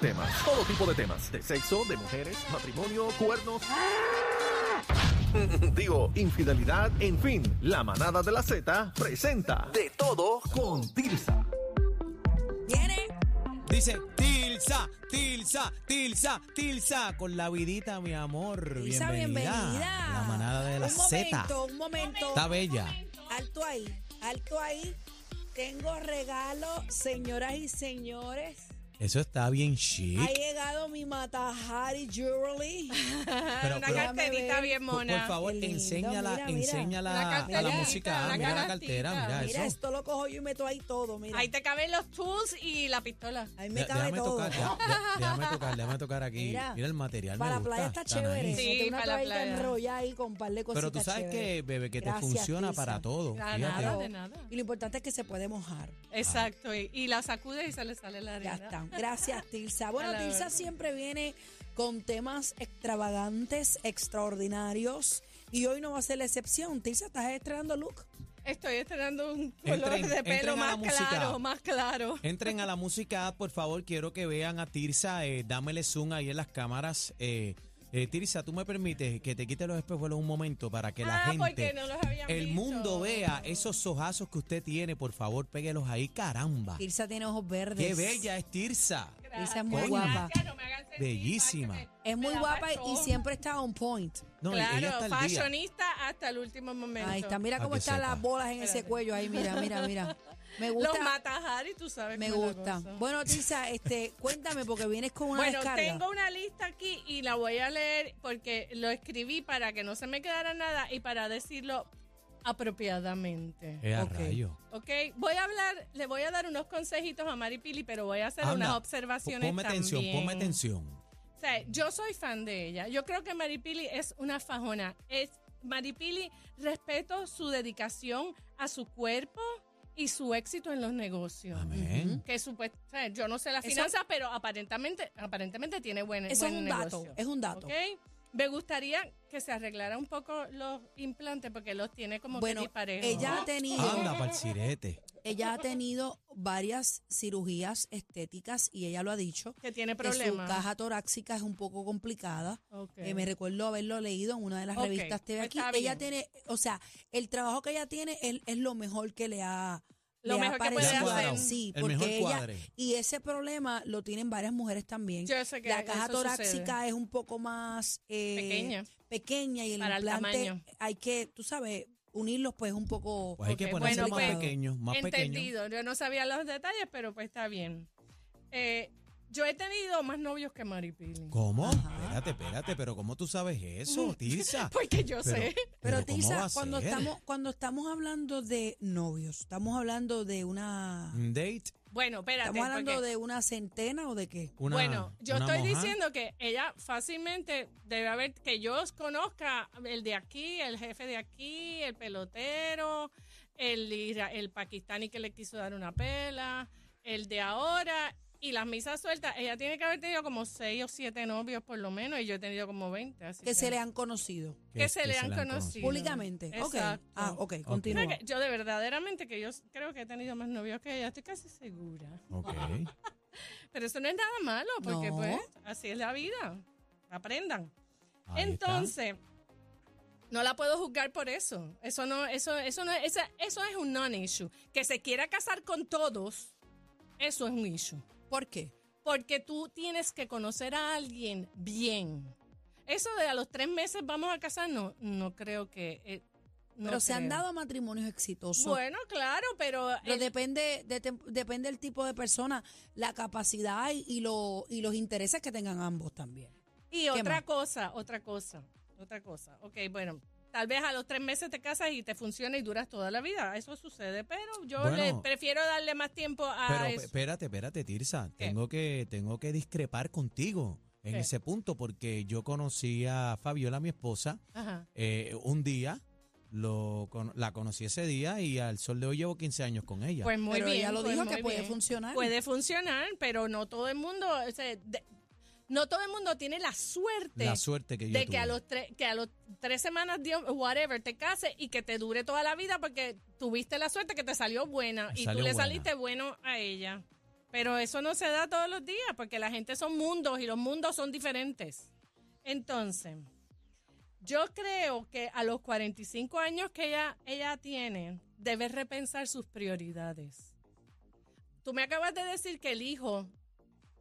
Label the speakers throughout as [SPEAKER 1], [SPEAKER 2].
[SPEAKER 1] temas, todo tipo de temas, de sexo, de mujeres, matrimonio, cuernos. Digo, infidelidad, en fin, la manada de la Z presenta De todo con Tirsa.
[SPEAKER 2] Viene.
[SPEAKER 3] Dice Tilsa, Tilsa, Tilsa, Tilsa, con la vidita, mi amor.
[SPEAKER 2] Isa, bienvenida.
[SPEAKER 3] La manada de la
[SPEAKER 2] un
[SPEAKER 3] Z.
[SPEAKER 2] momento, un momento.
[SPEAKER 3] Está bella.
[SPEAKER 2] Alto ahí, alto ahí. Tengo regalo, señoras y señores.
[SPEAKER 3] Eso está bien chic.
[SPEAKER 2] Ha llegado mi Matahari Jewelry.
[SPEAKER 3] pero,
[SPEAKER 4] Una
[SPEAKER 3] pero,
[SPEAKER 4] carterita bien
[SPEAKER 3] por,
[SPEAKER 4] mona.
[SPEAKER 3] por favor,
[SPEAKER 2] Qué lindo,
[SPEAKER 3] enséñala,
[SPEAKER 2] mira, mira.
[SPEAKER 3] enséñala
[SPEAKER 4] La
[SPEAKER 3] a la
[SPEAKER 4] carterita,
[SPEAKER 3] música.
[SPEAKER 4] la
[SPEAKER 3] mira la
[SPEAKER 4] carterita.
[SPEAKER 3] cartera, mira,
[SPEAKER 2] Mira,
[SPEAKER 3] eso.
[SPEAKER 2] esto lo cojo yo y meto ahí todo, mira.
[SPEAKER 4] Ahí te caben los tools y la pistola.
[SPEAKER 2] Ahí
[SPEAKER 3] Ya-
[SPEAKER 2] me cabe
[SPEAKER 3] déjame
[SPEAKER 2] todo.
[SPEAKER 3] tocar, ya- ya- déjame tocar, déjame tocar aquí.
[SPEAKER 2] Mira,
[SPEAKER 3] Mira, el material.
[SPEAKER 2] para
[SPEAKER 3] me
[SPEAKER 2] la playa
[SPEAKER 3] gusta,
[SPEAKER 2] está chévere.
[SPEAKER 3] nice.
[SPEAKER 4] Sí,
[SPEAKER 2] Mete una
[SPEAKER 4] para la
[SPEAKER 2] toallita
[SPEAKER 4] playa.
[SPEAKER 2] enrollada ahí con un par de cositas
[SPEAKER 3] Pero tú sabes
[SPEAKER 2] chéveres.
[SPEAKER 3] que, bebe, que te
[SPEAKER 2] Gracias,
[SPEAKER 3] funciona
[SPEAKER 2] Tirsa.
[SPEAKER 3] para todo.
[SPEAKER 4] Para
[SPEAKER 3] fíjate.
[SPEAKER 4] Ah, nada, de nada.
[SPEAKER 2] Y lo importante es que se puede mojar.
[SPEAKER 4] Exacto. Y, y la sacudes y se le sale la
[SPEAKER 2] Ya
[SPEAKER 4] arena.
[SPEAKER 2] están. Gracias, Tilsa. Bueno,
[SPEAKER 4] la
[SPEAKER 2] Tilsa
[SPEAKER 4] orden.
[SPEAKER 2] siempre viene con temas extravagantes, extraordinarios. Y hoy no va a ser la excepción. Tilsa, estás estrenando look.
[SPEAKER 4] Estoy estrenando un color
[SPEAKER 3] Entren-
[SPEAKER 4] de
[SPEAKER 3] entren a la
[SPEAKER 4] pelo más
[SPEAKER 3] música.
[SPEAKER 4] claro, más claro.
[SPEAKER 3] Entren a la música, app, por favor. Quiero que vean a Tirsa. eh, dámele zoom ahí en las cámaras. eh, eh, Tirsa, tú me permites que te quite los espejuelos un momento para que la
[SPEAKER 4] ah, porque
[SPEAKER 3] gente,
[SPEAKER 4] no los habían
[SPEAKER 3] el
[SPEAKER 4] visto.
[SPEAKER 3] mundo vea esos ojazos que usted tiene. Por favor, péguelos ahí. Caramba.
[SPEAKER 2] Tilsa tiene ojos verdes.
[SPEAKER 3] Qué bella es Tirsa.
[SPEAKER 2] Tirsa es muy
[SPEAKER 4] Gracias,
[SPEAKER 2] guapa.
[SPEAKER 4] no me hagan sentir mal,
[SPEAKER 3] Bellísima.
[SPEAKER 4] que me-
[SPEAKER 2] Es muy
[SPEAKER 4] me da
[SPEAKER 2] guapa y
[SPEAKER 4] pachón.
[SPEAKER 2] siempre está on point.
[SPEAKER 3] No, ella
[SPEAKER 4] claro,
[SPEAKER 3] está al día.
[SPEAKER 4] fashionista hasta el último momento.
[SPEAKER 2] Ahí está. Mira
[SPEAKER 3] Para
[SPEAKER 2] cómo
[SPEAKER 3] que
[SPEAKER 2] están
[SPEAKER 3] sepa.
[SPEAKER 2] las bolas en ese
[SPEAKER 4] Espérate.
[SPEAKER 2] cuello ahí. Mira, mira, mira. Me
[SPEAKER 4] Los
[SPEAKER 2] gusta.
[SPEAKER 4] matajari, tú sabes
[SPEAKER 2] Me
[SPEAKER 4] cómo es la
[SPEAKER 2] gusta.
[SPEAKER 4] cosa.
[SPEAKER 2] Bueno, Tilsa, este, cuéntame porque vienes con una
[SPEAKER 4] Bueno,
[SPEAKER 2] descarga.
[SPEAKER 4] tengo una lista aquí y la voy a leer porque lo escribí para que no se me quedara nada y para decirlo apropiadamente.
[SPEAKER 3] Eh, a
[SPEAKER 2] Ok.
[SPEAKER 3] rayo.
[SPEAKER 4] Ok, voy a hablar, le voy a dar unos consejitos a Mari Pili, pero voy a hacer
[SPEAKER 3] Habla.
[SPEAKER 4] unas
[SPEAKER 3] P-
[SPEAKER 4] observaciones
[SPEAKER 3] Ponme
[SPEAKER 4] también.
[SPEAKER 3] atención, ponme atención.
[SPEAKER 4] O sea, yo soy fan de ella. Yo creo que Mari Pili es una fajona. Es Mari Pili, respeto su dedicación a su cuerpo y su éxito en los negocios.
[SPEAKER 3] Ah, Amén.
[SPEAKER 4] Que supuest- o sea, yo no sé las
[SPEAKER 2] Eso-
[SPEAKER 4] finanzas, pero aparentemente, aparentemente tiene buen,
[SPEAKER 2] Eso es
[SPEAKER 4] buen
[SPEAKER 2] un
[SPEAKER 4] negocio.
[SPEAKER 2] dato. Es un dato.
[SPEAKER 4] ¿Ok? Me gustaría que se arreglara un poco los implantes porque los tiene como
[SPEAKER 2] Bueno,
[SPEAKER 4] que disparejos.
[SPEAKER 2] ella ha tenido.
[SPEAKER 3] Anda, parcirete.
[SPEAKER 2] ella ha tenido varias cirugías estéticas y ella lo ha dicho.
[SPEAKER 4] que tiene
[SPEAKER 2] que su
[SPEAKER 4] problemas.
[SPEAKER 2] caja torácica es un poco complicada.
[SPEAKER 4] Ok.
[SPEAKER 2] Eh, me recuerdo haberlo leído en una de las
[SPEAKER 4] Ok,
[SPEAKER 2] revistas TV
[SPEAKER 4] pues
[SPEAKER 2] aquí.
[SPEAKER 4] está
[SPEAKER 2] Ella
[SPEAKER 4] bien.
[SPEAKER 2] tiene, o sea, el trabajo que ella tiene es, es lo mejor que le ha
[SPEAKER 4] Lo
[SPEAKER 2] le ha
[SPEAKER 4] mejor que puede
[SPEAKER 2] parecido a-
[SPEAKER 4] hacer.
[SPEAKER 2] Sí,
[SPEAKER 3] El
[SPEAKER 2] porque
[SPEAKER 3] mejor
[SPEAKER 2] ella-
[SPEAKER 3] cuadre.
[SPEAKER 2] y ese problema lo tienen varias mujeres también.
[SPEAKER 4] Yo sé que
[SPEAKER 2] la caja
[SPEAKER 4] eso sucede.
[SPEAKER 2] torácica es un poco más eh,
[SPEAKER 4] Pequeña.
[SPEAKER 2] pequeña y el
[SPEAKER 4] Para el
[SPEAKER 2] implante
[SPEAKER 4] tamaño.
[SPEAKER 2] hay que, tú sabes, unirlos pues un poco.
[SPEAKER 3] Pues hay que
[SPEAKER 4] Ok,
[SPEAKER 3] ponerse
[SPEAKER 4] bueno,
[SPEAKER 3] más
[SPEAKER 4] pues,
[SPEAKER 3] pequeños, más pequeños.
[SPEAKER 4] Entendido, yo no sabía los detalles, pero pues está bien. Eh, yo he tenido más novios que Maripili.
[SPEAKER 3] ¿Cómo? Espérate, espérate, pero ¿cómo tú sabes eso, Tirsa?
[SPEAKER 4] Porque yo
[SPEAKER 3] Pero-
[SPEAKER 4] Mm. Pues sé.
[SPEAKER 2] Pero
[SPEAKER 3] ¿cómo va
[SPEAKER 2] Tisa,
[SPEAKER 3] a
[SPEAKER 2] cuando
[SPEAKER 3] ser?
[SPEAKER 2] estamos, cuando estamos hablando de novios, estamos hablando de una,
[SPEAKER 3] Un date,
[SPEAKER 4] Bueno, espérate.
[SPEAKER 2] estamos hablando
[SPEAKER 4] porque-
[SPEAKER 2] de una centena o de qué?
[SPEAKER 3] una.
[SPEAKER 4] bueno, yo
[SPEAKER 3] una
[SPEAKER 4] estoy
[SPEAKER 3] moja.
[SPEAKER 4] diciendo que ella fácilmente debe haber, que yo os conozca el de aquí, el jefe de aquí, el pelotero, el, ira- el pakistaní que le quiso dar una pela, el de ahora y las misas sueltas. Ella tiene que haber tenido como seis o siete novios por lo menos y yo he tenido como 20. así
[SPEAKER 2] Que se le han conocido
[SPEAKER 4] que se le han conocido.
[SPEAKER 2] públicamente. Ok.
[SPEAKER 4] Exacto.
[SPEAKER 2] Ah, ok, continúa.
[SPEAKER 4] Mira que yo de verdaderamente que yo creo que he tenido más novios que ella, estoy casi segura.
[SPEAKER 3] Ok.
[SPEAKER 4] Pero eso no es nada malo, porque
[SPEAKER 2] No.
[SPEAKER 4] pues así es la vida. Aprendan.
[SPEAKER 3] Ahí está.
[SPEAKER 4] Entonces, no la puedo juzgar por eso. Eso no, eso, eso no, esa- eso es un non-issue. Que se quiera casar con todos, eso es un issue.
[SPEAKER 2] ¿Por qué?
[SPEAKER 4] Porque tú tienes que conocer a alguien bien. Eso de a los tres meses vamos a casarnos, no creo que. eh, no
[SPEAKER 2] Pero se han
[SPEAKER 4] creo.
[SPEAKER 2] dado matrimonios exitosos.
[SPEAKER 4] Bueno, claro, pero,
[SPEAKER 2] Pero
[SPEAKER 4] el-
[SPEAKER 2] depende, de tem- depende del tipo de persona, la capacidad y, y lo, y los intereses que tengan ambos también.
[SPEAKER 4] y otra
[SPEAKER 2] más?
[SPEAKER 4] cosa, otra cosa, otra cosa. Ok, bueno, tal vez a los tres meses te casas y te funciona y duras toda la vida. Eso sucede, pero yo
[SPEAKER 3] Bueno.
[SPEAKER 4] le prefiero darle más tiempo a
[SPEAKER 3] Pero pe-
[SPEAKER 4] eso.
[SPEAKER 3] espérate, espérate, Tirsa.
[SPEAKER 4] ¿Qué?
[SPEAKER 3] Tengo que, tengo que discrepar contigo en
[SPEAKER 4] ¿Qué?
[SPEAKER 3] ese punto porque yo conocí a Fabiola, mi esposa,
[SPEAKER 4] Ajá.
[SPEAKER 3] eh, un día. Lo, con- la conocí ese día y al sol de hoy llevo 15 años con ella.
[SPEAKER 4] Pues muy
[SPEAKER 2] Pero
[SPEAKER 4] bien.
[SPEAKER 2] ella lo
[SPEAKER 4] pues
[SPEAKER 2] dijo
[SPEAKER 4] muy
[SPEAKER 2] que puede
[SPEAKER 4] bien.
[SPEAKER 2] funcionar.
[SPEAKER 4] Puede funcionar, pero no todo el mundo, o sea, de- no todo el mundo tiene la suerte.
[SPEAKER 3] la suerte que yo
[SPEAKER 4] de que
[SPEAKER 3] tuve.
[SPEAKER 4] a los tres que a los tres semanas Dios whatever te cases y que te dure toda la vida porque tuviste la suerte que te salió buena
[SPEAKER 3] Me
[SPEAKER 4] y
[SPEAKER 3] salió
[SPEAKER 4] tú le
[SPEAKER 3] buena.
[SPEAKER 4] saliste bueno a ella Pero eso no se da todos los días porque la gente son mundos y los mundos son diferentes. Entonces, yo creo que a los 45 años que ella, ella tiene, debe repensar sus prioridades. Tú me acabas de decir que el hijo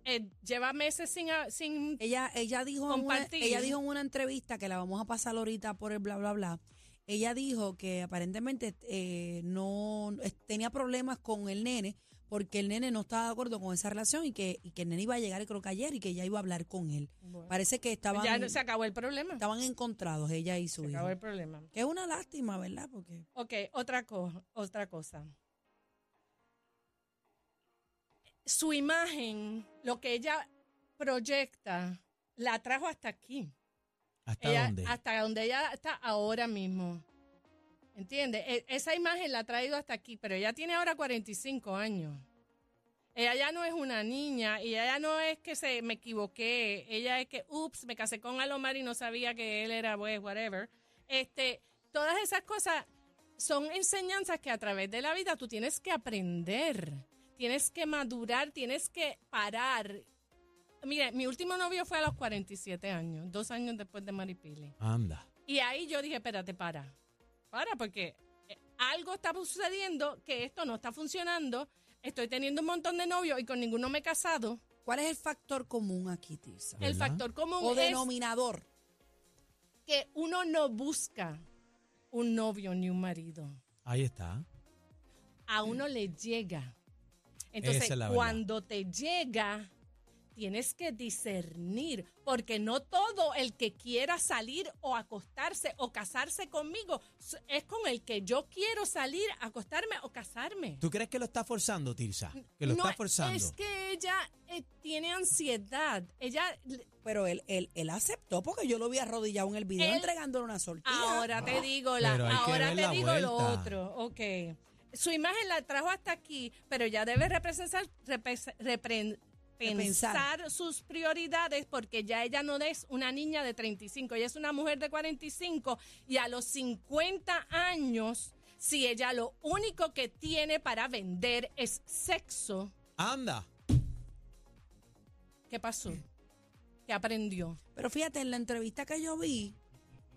[SPEAKER 4] eh, lleva meses sin, a- sin
[SPEAKER 2] Ella, ella, dijo en una,
[SPEAKER 4] Compartir.
[SPEAKER 2] ella dijo en una entrevista que la vamos a pasar ahorita por el bla, bla, bla. Ella dijo que aparentemente eh, no eh, tenía problemas con el nene porque el nene no estaba de acuerdo con esa relación y que, y que el nene iba a llegar, creo que ayer, y que ella iba a hablar con él.
[SPEAKER 4] Bueno.
[SPEAKER 2] Parece que estaban,
[SPEAKER 4] ya no- se acabó el problema.
[SPEAKER 2] estaban encontrados ella y su
[SPEAKER 4] Se
[SPEAKER 2] hijo.
[SPEAKER 4] acabó el problema.
[SPEAKER 2] Que es una lástima, ¿verdad? Porque
[SPEAKER 4] Ok, otra, co- otra cosa. Su imagen, lo que ella proyecta, la trajo hasta aquí.
[SPEAKER 3] ¿Hasta
[SPEAKER 4] Ella-
[SPEAKER 3] dónde?
[SPEAKER 4] Hasta donde ella está ahora mismo. ¿Entiendes? E- Esa imagen la ha traído hasta aquí, pero ella tiene ahora 45 años. Ella ya no es una niña y ella ya no es que se me equivoqué. Ella es que, ups, me casé con Alomar y no sabía que él era, pues, whatever. Este, todas esas cosas son enseñanzas que a través de la vida tú tienes que aprender, tienes que madurar, tienes que parar. Mire, mi último novio fue a los 47 años, dos años después de Maripili.
[SPEAKER 3] Anda.
[SPEAKER 4] Y ahí yo dije, espérate, para. Para, porque eh, algo está sucediendo, que esto no está funcionando. Estoy teniendo un montón de novios y con ninguno me he casado.
[SPEAKER 2] ¿cuál es el factor común aquí, Tirsa?
[SPEAKER 4] El
[SPEAKER 3] ¿Verdad?
[SPEAKER 4] factor común
[SPEAKER 2] O
[SPEAKER 4] es
[SPEAKER 2] denominador.
[SPEAKER 4] que uno no busca un novio ni un marido.
[SPEAKER 3] Ahí está.
[SPEAKER 4] A uno le llega. Entonces,
[SPEAKER 3] Esa es la verdad.
[SPEAKER 4] cuando te llega, tienes que discernir, porque no todo el que quiera salir o acostarse o casarse conmigo s- es con el que yo quiero salir, acostarme o casarme.
[SPEAKER 3] ¿Tú crees que lo está forzando, Tirsa? Que lo
[SPEAKER 4] No,
[SPEAKER 3] está forzando.
[SPEAKER 4] Es que ella eh, tiene ansiedad. Ella le-
[SPEAKER 2] Pero él, él, él aceptó porque yo lo vi arrodillado en el video
[SPEAKER 4] Él-
[SPEAKER 2] entregándole una sortija.
[SPEAKER 4] Ahora te digo la,
[SPEAKER 3] Pero hay que
[SPEAKER 4] ahora
[SPEAKER 3] ver
[SPEAKER 4] te
[SPEAKER 3] la
[SPEAKER 4] digo lo
[SPEAKER 3] vuelta.
[SPEAKER 4] otro. Ok. Su imagen la trajo hasta aquí, pero ya debe representar, repes- repren-
[SPEAKER 2] Repensar.
[SPEAKER 4] pensar sus prioridades porque ya ella no es una niña de 35, ella es una mujer de 45 y a los 50 años, si ella lo único que tiene para vender es sexo,
[SPEAKER 3] Anda.
[SPEAKER 4] ¿qué pasó? ¿Qué aprendió?
[SPEAKER 2] Pero fíjate, en la entrevista que yo vi,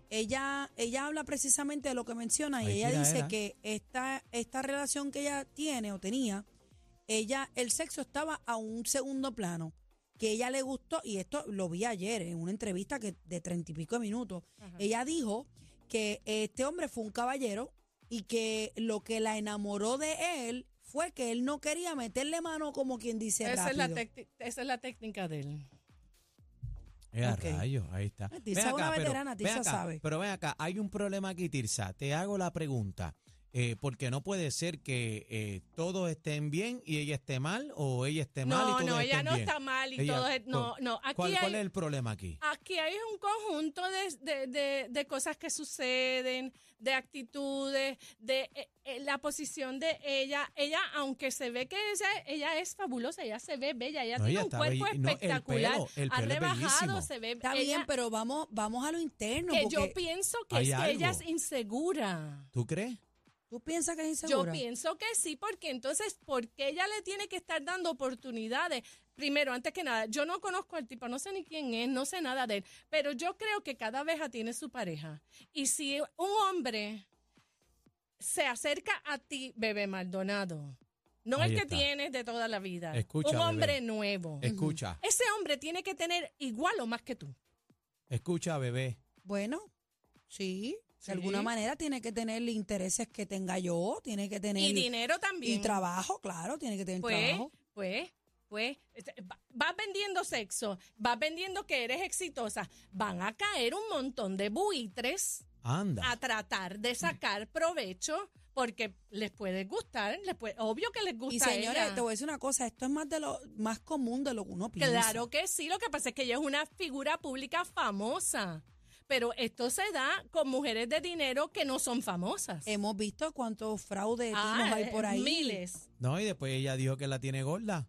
[SPEAKER 2] ella, ella habla precisamente de lo que menciona y
[SPEAKER 3] Ay,
[SPEAKER 2] ella dice
[SPEAKER 3] tiradera.
[SPEAKER 2] que esta, esta relación que ella tiene o tenía, ella, el sexo estaba a un segundo plano, que ella le gustó, y esto lo vi ayer en una entrevista que de treinta y pico de minutos. Ella dijo que este hombre fue un caballero y que lo que la enamoró de él fue que él no quería meterle mano como quien dice
[SPEAKER 4] Esa es, la
[SPEAKER 2] rápido.
[SPEAKER 4] tecti- esa es la técnica de él.
[SPEAKER 3] Eh, a
[SPEAKER 2] Ok.
[SPEAKER 3] rayos, ahí está.
[SPEAKER 2] Tirsa es una veterana,
[SPEAKER 3] ven
[SPEAKER 2] Tirsa
[SPEAKER 3] acá,
[SPEAKER 2] sabe.
[SPEAKER 3] Pero ven acá, hay un problema aquí, Tirsa. Te hago la pregunta. eh, porque no puede ser que eh, todos estén bien y ella esté mal, o ella esté mal y
[SPEAKER 4] No,
[SPEAKER 3] todos
[SPEAKER 4] no, ella
[SPEAKER 3] estén
[SPEAKER 4] no
[SPEAKER 3] bien.
[SPEAKER 4] está mal y
[SPEAKER 3] Ella-
[SPEAKER 4] todo es- No,
[SPEAKER 3] ¿cuál-
[SPEAKER 4] no, aquí
[SPEAKER 3] ¿Cuál,
[SPEAKER 4] hay,
[SPEAKER 3] cuál es el problema aquí?
[SPEAKER 4] aquí hay un conjunto de, de- de- de cosas que suceden, de actitudes, de eh, eh, la posición de ella. Ella, aunque se ve que ella, ella es fabulosa, ella se ve bella, ella
[SPEAKER 3] No,
[SPEAKER 4] tiene
[SPEAKER 3] ella
[SPEAKER 4] un
[SPEAKER 3] está
[SPEAKER 4] cuerpo
[SPEAKER 3] belli- no, el
[SPEAKER 4] espectacular.
[SPEAKER 3] pelo, el
[SPEAKER 4] ha
[SPEAKER 3] pelo es
[SPEAKER 4] rebajado,
[SPEAKER 3] bellísimo.
[SPEAKER 4] se ve
[SPEAKER 2] Está
[SPEAKER 4] ella-
[SPEAKER 2] bien, pero vamos, vamos a lo interno.
[SPEAKER 4] que
[SPEAKER 2] porque
[SPEAKER 4] yo pienso que,
[SPEAKER 3] hay
[SPEAKER 4] es que ella es
[SPEAKER 3] algo.
[SPEAKER 4] insegura.
[SPEAKER 3] ¿Tú crees?
[SPEAKER 2] ¿Tú piensas que es
[SPEAKER 4] Yo
[SPEAKER 2] insegura?
[SPEAKER 4] pienso que sí, porque entonces, ¿por qué ella le tiene que estar dando oportunidades? Primero, antes que nada, yo no conozco al tipo, no sé ni quién es, no sé nada de él, pero yo creo que cada abeja tiene su pareja. Y si un hombre se acerca a ti, bebé Maldonado, no
[SPEAKER 3] Ahí
[SPEAKER 4] el que
[SPEAKER 3] está.
[SPEAKER 4] tienes de toda la vida,
[SPEAKER 3] Escucha,
[SPEAKER 4] un
[SPEAKER 3] bebé.
[SPEAKER 4] hombre nuevo,
[SPEAKER 3] Escucha,
[SPEAKER 4] ese hombre tiene que tener igual o más que tú.
[SPEAKER 3] escucha, bebé.
[SPEAKER 2] Bueno, sí.
[SPEAKER 4] Sí.
[SPEAKER 2] De alguna manera tiene que tener intereses que tenga yo, tiene que tener...
[SPEAKER 4] Y dinero también.
[SPEAKER 2] y trabajo, claro, tiene que tener
[SPEAKER 4] Pues,
[SPEAKER 2] trabajo.
[SPEAKER 4] pues, pues, este, va- vas vendiendo sexo, vas vendiendo que eres exitosa, van a caer un montón de buitres
[SPEAKER 3] Anda.
[SPEAKER 2] Ah.
[SPEAKER 4] a tratar de sacar provecho porque les puede gustar, les puede- obvio que les gusta
[SPEAKER 2] Y
[SPEAKER 4] a
[SPEAKER 2] señores,
[SPEAKER 4] ella.
[SPEAKER 2] te voy a decir una cosa, esto es más de lo más común de lo que uno piensa.
[SPEAKER 4] Claro que sí, lo que pasa es que ella es una figura pública famosa, pero esto se da con mujeres de dinero que no son famosas.
[SPEAKER 2] Hemos visto cuántos fraudes
[SPEAKER 4] Ah,
[SPEAKER 2] hay por ahí.
[SPEAKER 4] Miles.
[SPEAKER 3] No, y después ella dijo que la tiene gorda.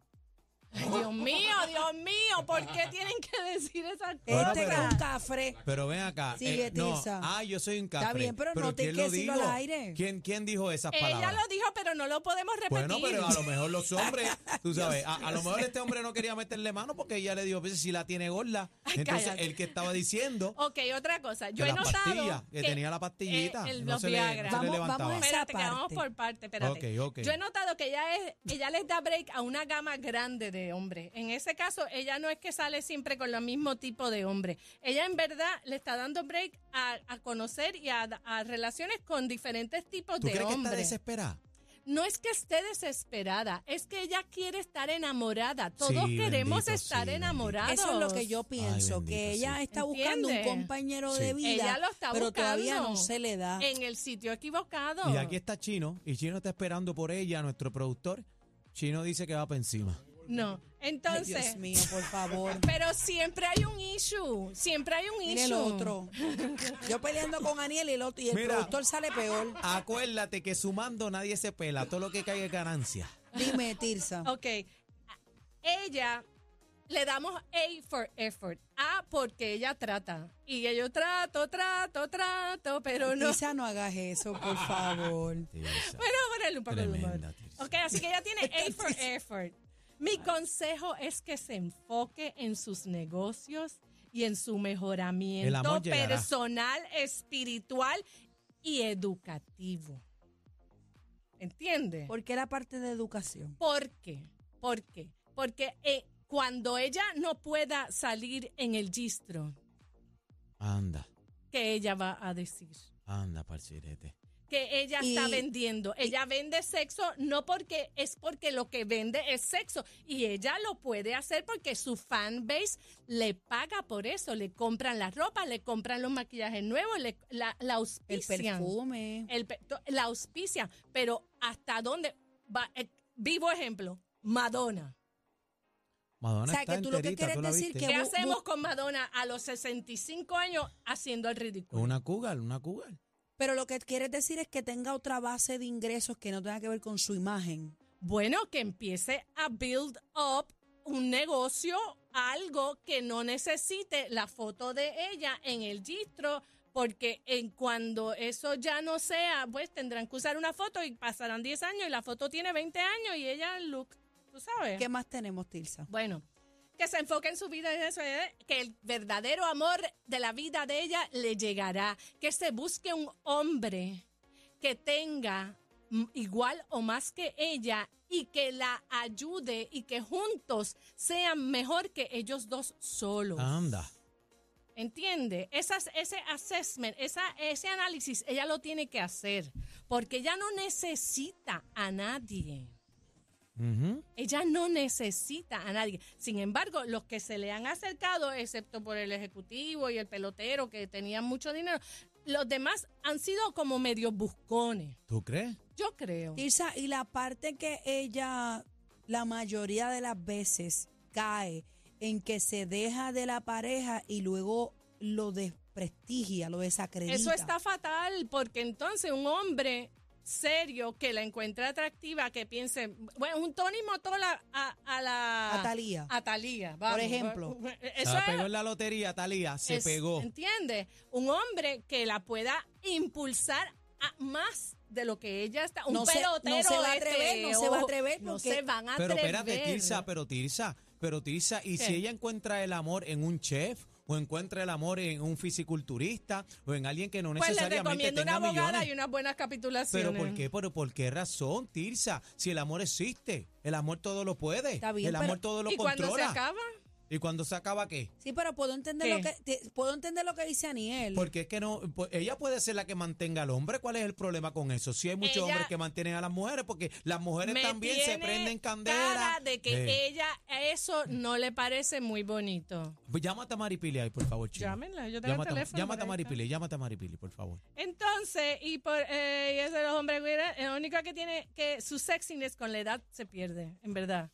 [SPEAKER 4] Ay, Dios mío, Dios mío, ¿por qué tienen que decir esas
[SPEAKER 3] Bueno,
[SPEAKER 2] Este que es
[SPEAKER 3] pero-
[SPEAKER 2] un cafre.
[SPEAKER 3] Pero ven acá.
[SPEAKER 2] Sigue,
[SPEAKER 3] no,
[SPEAKER 2] Tirsa.
[SPEAKER 3] ah, yo soy un cafre.
[SPEAKER 2] Está bien, pero no te
[SPEAKER 3] ¿quién
[SPEAKER 2] hay que
[SPEAKER 3] lo
[SPEAKER 2] decirlo
[SPEAKER 3] dijo?
[SPEAKER 2] al aire.
[SPEAKER 3] ¿Quién, quién dijo esas
[SPEAKER 4] Ella
[SPEAKER 3] palabras?
[SPEAKER 4] lo dijo, pero no lo podemos repetir.
[SPEAKER 3] Bueno, Pues pero a lo mejor los hombres, tú sabes, a, a lo mejor este hombre no quería meterle mano porque ella le dijo, pues si la tiene gorda.
[SPEAKER 4] Ay,
[SPEAKER 3] Entonces,
[SPEAKER 4] cállate.
[SPEAKER 3] el que estaba diciendo
[SPEAKER 4] Ok, otra cosa. Yo
[SPEAKER 3] que
[SPEAKER 4] he
[SPEAKER 3] la pastilla,
[SPEAKER 4] notado
[SPEAKER 3] que, tenía la pastillita,
[SPEAKER 4] eh, el-
[SPEAKER 3] no
[SPEAKER 4] los
[SPEAKER 3] se le, no se
[SPEAKER 4] Viagra.
[SPEAKER 3] le
[SPEAKER 2] Vamos- vamos
[SPEAKER 3] levantaba.
[SPEAKER 2] a-
[SPEAKER 4] Espérate,
[SPEAKER 2] esa
[SPEAKER 4] que vamos
[SPEAKER 2] parte.
[SPEAKER 4] por parte, espérate.
[SPEAKER 3] Ok, ok.
[SPEAKER 4] Yo he notado que ella es, ella les da break a una gama grande de hombres. En ese caso, ella no es que sale siempre con los mismo tipo de hombre. Ella en verdad le está dando break a, a conocer y a, a relaciones con diferentes tipos
[SPEAKER 3] ¿Tú
[SPEAKER 4] de
[SPEAKER 3] crees que está
[SPEAKER 4] hombres.
[SPEAKER 3] desesperada?
[SPEAKER 4] No es que esté desesperada, es que ella quiere estar enamorada. Todos
[SPEAKER 3] Sí,
[SPEAKER 4] queremos
[SPEAKER 3] bendito,
[SPEAKER 4] estar
[SPEAKER 3] sí, bendito.
[SPEAKER 4] enamorados.
[SPEAKER 2] Eso es lo que yo pienso,
[SPEAKER 3] bendito,
[SPEAKER 2] que
[SPEAKER 3] sí.
[SPEAKER 2] ella está buscando un
[SPEAKER 4] ¿Entiende?
[SPEAKER 2] compañero de
[SPEAKER 3] Sí.
[SPEAKER 2] vida,
[SPEAKER 4] Ella lo está
[SPEAKER 2] pero todavía
[SPEAKER 4] buscando.
[SPEAKER 2] no se le da.
[SPEAKER 4] En el sitio equivocado.
[SPEAKER 3] Y aquí está Chino, y Chino está esperando por ella, nuestro productor. Chino dice que va para encima.
[SPEAKER 4] No.
[SPEAKER 2] Ay,
[SPEAKER 4] Entonces.
[SPEAKER 2] Dios mío, por favor.
[SPEAKER 4] Pero siempre hay un issue, siempre hay un
[SPEAKER 2] Mira
[SPEAKER 4] issue.
[SPEAKER 2] el otro. Yo peleando con Aniel y el otro, y el
[SPEAKER 3] Mira.
[SPEAKER 2] productor sale peor.
[SPEAKER 3] Acuérdate que sumando nadie se pela, todo lo que caiga es ganancia.
[SPEAKER 2] Dime, Tirsa.
[SPEAKER 4] Ok. Ella le damos A for effort. A porque ella trata. Y yo trato, trato, trato, pero no.
[SPEAKER 2] Tirsa, no hagas eso, por favor.
[SPEAKER 3] Tirsa.
[SPEAKER 4] Bueno, ponerle un poco de humor.
[SPEAKER 3] Tremenda, Tirsa.
[SPEAKER 4] Ok, así que ella tiene A for effort. Mi consejo es que se enfoque en sus negocios y en su
[SPEAKER 3] El
[SPEAKER 4] mejoramiento
[SPEAKER 3] amor llegará.
[SPEAKER 4] personal, espiritual y educativo. ¿Entiendes?
[SPEAKER 2] ¿Por qué la parte de educación?
[SPEAKER 4] ¿Por qué? ¿Por qué? Porque eh, cuando ella no pueda salir en el gistro,
[SPEAKER 3] Anda,
[SPEAKER 4] que ella va a decir?
[SPEAKER 3] anda, parcirete.
[SPEAKER 4] Que ella
[SPEAKER 2] Y-
[SPEAKER 4] está vendiendo. Ella vende sexo no porque es porque lo que vende es sexo. Y ella lo puede hacer porque su fan base le paga por eso. Le compran la ropa, le compran los maquillajes nuevos, le, la, la
[SPEAKER 2] El
[SPEAKER 4] auspician.
[SPEAKER 2] perfume.
[SPEAKER 4] el pe- to- la auspicia, pero ¿hasta dónde? Va, Eh, vivo ejemplo, Madonna.
[SPEAKER 3] Madonna
[SPEAKER 2] O sea,
[SPEAKER 3] está
[SPEAKER 2] que tú lo que
[SPEAKER 3] enterita,
[SPEAKER 2] quieres
[SPEAKER 3] ¿tú la
[SPEAKER 2] decir
[SPEAKER 3] viste?
[SPEAKER 2] que-
[SPEAKER 4] ¿Qué
[SPEAKER 2] bu-
[SPEAKER 4] hacemos
[SPEAKER 2] bu-
[SPEAKER 4] con Madonna a los 65 años haciendo el ridículo?
[SPEAKER 3] Una cougar, una cougar.
[SPEAKER 2] Pero lo que quieres decir es que tenga otra base de ingresos que no tenga que ver con su imagen.
[SPEAKER 4] Bueno, que empiece a build up un negocio, algo que no necesite la foto de ella en el gistro, porque en cuando eso ya no sea, pues tendrán que usar una foto y pasarán 10 años y la foto tiene 20 años y ella look, tú sabes.
[SPEAKER 2] ¿Qué más tenemos, Tirsa?
[SPEAKER 4] Bueno, que se enfoque en su vida, en eso, eh, que el verdadero amor de la vida de ella le llegará. Que se busque un hombre que tenga mm, igual o más que ella y que la ayude y que juntos sean mejor que ellos dos solos.
[SPEAKER 3] Anda.
[SPEAKER 4] ¿Entiende? Esas, ese assessment, esa, ese análisis, ella lo tiene que hacer porque ella no necesita a nadie.
[SPEAKER 3] Ujú.
[SPEAKER 4] Ella no necesita a nadie. Sin embargo, los que se le han acercado, excepto por el ejecutivo y el pelotero que tenían mucho dinero, los demás han sido como medio buscones.
[SPEAKER 3] ¿Tú crees?
[SPEAKER 4] Yo creo.
[SPEAKER 2] Tirsa, y la parte que ella, la mayoría de las veces, cae en que se deja de la pareja y luego lo desprestigia, lo desacredita.
[SPEAKER 4] Eso está fatal porque entonces un hombre serio que la encuentra atractiva, que piense, bueno, un Tony Motola a, a la...
[SPEAKER 2] A Thalía.
[SPEAKER 4] A Thalía, vamos.
[SPEAKER 2] ejemplo.
[SPEAKER 4] Eso
[SPEAKER 3] se la
[SPEAKER 4] es-
[SPEAKER 3] pegó en la lotería, Talía, se
[SPEAKER 4] Es-
[SPEAKER 3] pegó.
[SPEAKER 4] ¿Entiendes? Un hombre que la pueda impulsar a más de lo que ella está. Un
[SPEAKER 2] No se- no
[SPEAKER 4] pelotero.
[SPEAKER 2] se va a
[SPEAKER 4] este,
[SPEAKER 2] atrever, no se va a
[SPEAKER 4] ojo,
[SPEAKER 2] atrever
[SPEAKER 4] No
[SPEAKER 2] porque-
[SPEAKER 4] se van a
[SPEAKER 3] Pero
[SPEAKER 4] atrever.
[SPEAKER 3] espérate, Tirsa, pero Tirsa, pero Tirsa, ¿y
[SPEAKER 4] ¿Qué?
[SPEAKER 3] si ella encuentra el amor en un chef? ¿O encuentra el amor en un fisiculturista? ¿O en alguien que no
[SPEAKER 4] Pues le
[SPEAKER 3] necesariamente
[SPEAKER 4] recomiendo una
[SPEAKER 3] tenga
[SPEAKER 4] abogada
[SPEAKER 3] millones?
[SPEAKER 4] y unas buenas capitulaciones.
[SPEAKER 3] Pero ¿por qué? ¿Pero por qué razón, Tirsa? Si el amor existe, el amor todo lo puede,
[SPEAKER 2] Está bien,
[SPEAKER 3] el amor
[SPEAKER 2] pero-
[SPEAKER 3] todo lo
[SPEAKER 4] ¿Y
[SPEAKER 3] controla.
[SPEAKER 4] cuando se acaba?
[SPEAKER 3] ¿Y cuando se acaba qué?
[SPEAKER 2] Sí, pero puedo entender
[SPEAKER 4] ¿Qué?
[SPEAKER 2] lo que te- puedo entender lo que dice Aniel.
[SPEAKER 3] Porque es que no, pues, ella puede ser la que mantenga al hombre. ¿Cuál es el problema con eso? Si hay muchos
[SPEAKER 4] Ella-
[SPEAKER 3] hombres que mantienen a las mujeres, porque las mujeres
[SPEAKER 4] Me
[SPEAKER 3] también se
[SPEAKER 4] tiene
[SPEAKER 3] prenden candela.
[SPEAKER 4] cara de que
[SPEAKER 3] Eh,
[SPEAKER 4] ella a eso no le parece muy bonito.
[SPEAKER 3] pues llámate a Maripili ahí, por favor, chico.
[SPEAKER 4] Llámenla, yo tengo el
[SPEAKER 3] Llámate, a-
[SPEAKER 4] teléfono.
[SPEAKER 3] llámate a
[SPEAKER 4] por ahí está.
[SPEAKER 3] Maripili, llámate a Maripili, por favor.
[SPEAKER 4] Entonces, y por eh, y eso de los hombres, güira, lo único que tiene que su sexiness con la edad se pierde, en verdad.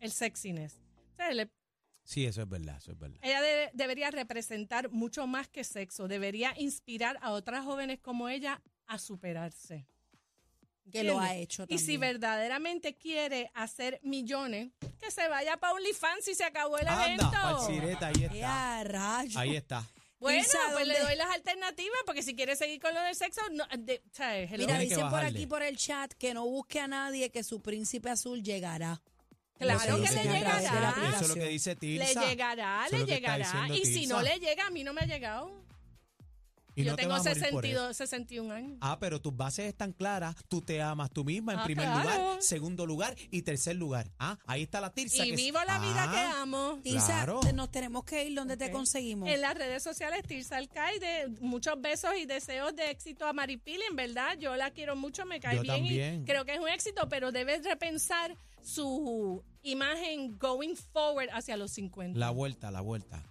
[SPEAKER 4] El sexiness. O sea, le-
[SPEAKER 3] Sí, eso es verdad, eso es verdad.
[SPEAKER 4] ella de- debería representar mucho más que sexo, debería inspirar a otras jóvenes como ella a superarse.
[SPEAKER 2] que lo ha
[SPEAKER 4] ¿Entiendes?
[SPEAKER 2] hecho
[SPEAKER 4] Y
[SPEAKER 2] también.
[SPEAKER 4] si verdaderamente quiere hacer millones, que se vaya para OnlyFans y se acabó el
[SPEAKER 3] Anda,
[SPEAKER 4] evento.
[SPEAKER 3] Falsireta, ahí está.
[SPEAKER 2] ¡Ea, rayo!
[SPEAKER 3] Ahí está.
[SPEAKER 4] Bueno,
[SPEAKER 2] Isa,
[SPEAKER 4] pues le
[SPEAKER 2] ¿dónde?
[SPEAKER 4] doy las alternativas, porque si quiere seguir con lo del sexo, no, de- ¿sabes? Hello.
[SPEAKER 2] Mira,
[SPEAKER 3] Tiene que
[SPEAKER 2] dicen por
[SPEAKER 3] bajarle.
[SPEAKER 2] aquí por el chat que no busque a nadie que su príncipe azul llegará.
[SPEAKER 4] claro
[SPEAKER 3] Eso es
[SPEAKER 4] que
[SPEAKER 3] lo
[SPEAKER 4] le
[SPEAKER 2] dice Tirsa, de la
[SPEAKER 4] llegará.
[SPEAKER 3] Eso es lo que dice
[SPEAKER 4] Le
[SPEAKER 3] Tirsa.
[SPEAKER 4] llegará,
[SPEAKER 3] Eso es
[SPEAKER 4] le
[SPEAKER 3] lo que está
[SPEAKER 4] llegará.
[SPEAKER 3] diciendo
[SPEAKER 4] Y si no
[SPEAKER 3] Tirsa.
[SPEAKER 4] le llega, a mí no me ha llegado.
[SPEAKER 3] Y
[SPEAKER 4] Yo
[SPEAKER 3] no te
[SPEAKER 4] tengo
[SPEAKER 3] vas a morir por eso.
[SPEAKER 4] 62, 61 años.
[SPEAKER 3] Ah, pero tus bases están claras. Tú te amas tú misma en
[SPEAKER 4] Ah,
[SPEAKER 3] primer
[SPEAKER 4] claro.
[SPEAKER 3] lugar, segundo lugar y tercer lugar. Ah, ahí está la tirsa.
[SPEAKER 4] Y
[SPEAKER 3] que es-
[SPEAKER 4] vivo la vida
[SPEAKER 3] Ah,
[SPEAKER 4] que amo.
[SPEAKER 2] Tirsa,
[SPEAKER 3] Claro.
[SPEAKER 2] te- nos tenemos que ir. ¿Dónde te
[SPEAKER 4] Ok.
[SPEAKER 2] conseguimos?
[SPEAKER 4] En las redes sociales, Tirsa Alcaide, muchos besos y deseos de éxito a Maripili. En verdad, yo la quiero mucho, me cae
[SPEAKER 3] Yo
[SPEAKER 4] bien
[SPEAKER 3] también.
[SPEAKER 4] y creo que es un éxito, pero debes repensar su imagen going forward hacia los 50.
[SPEAKER 3] La vuelta, la vuelta.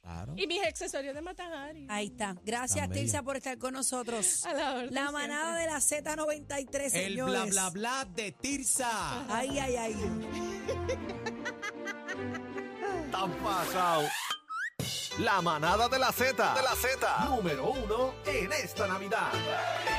[SPEAKER 3] Claro.
[SPEAKER 4] y mis accesorios de Matajari.
[SPEAKER 2] Ahí está. Gracias,
[SPEAKER 3] Tan bella.
[SPEAKER 2] Tirsa, por estar con nosotros.
[SPEAKER 4] A la orden
[SPEAKER 2] La manada
[SPEAKER 4] siempre.
[SPEAKER 2] de la Z93,
[SPEAKER 3] El bla
[SPEAKER 2] señores.
[SPEAKER 3] bla bla de Tirsa.
[SPEAKER 2] Ay, ay, ay.
[SPEAKER 1] Tan pasado. La manada de la Z. De la Z. Número uno en esta Navidad.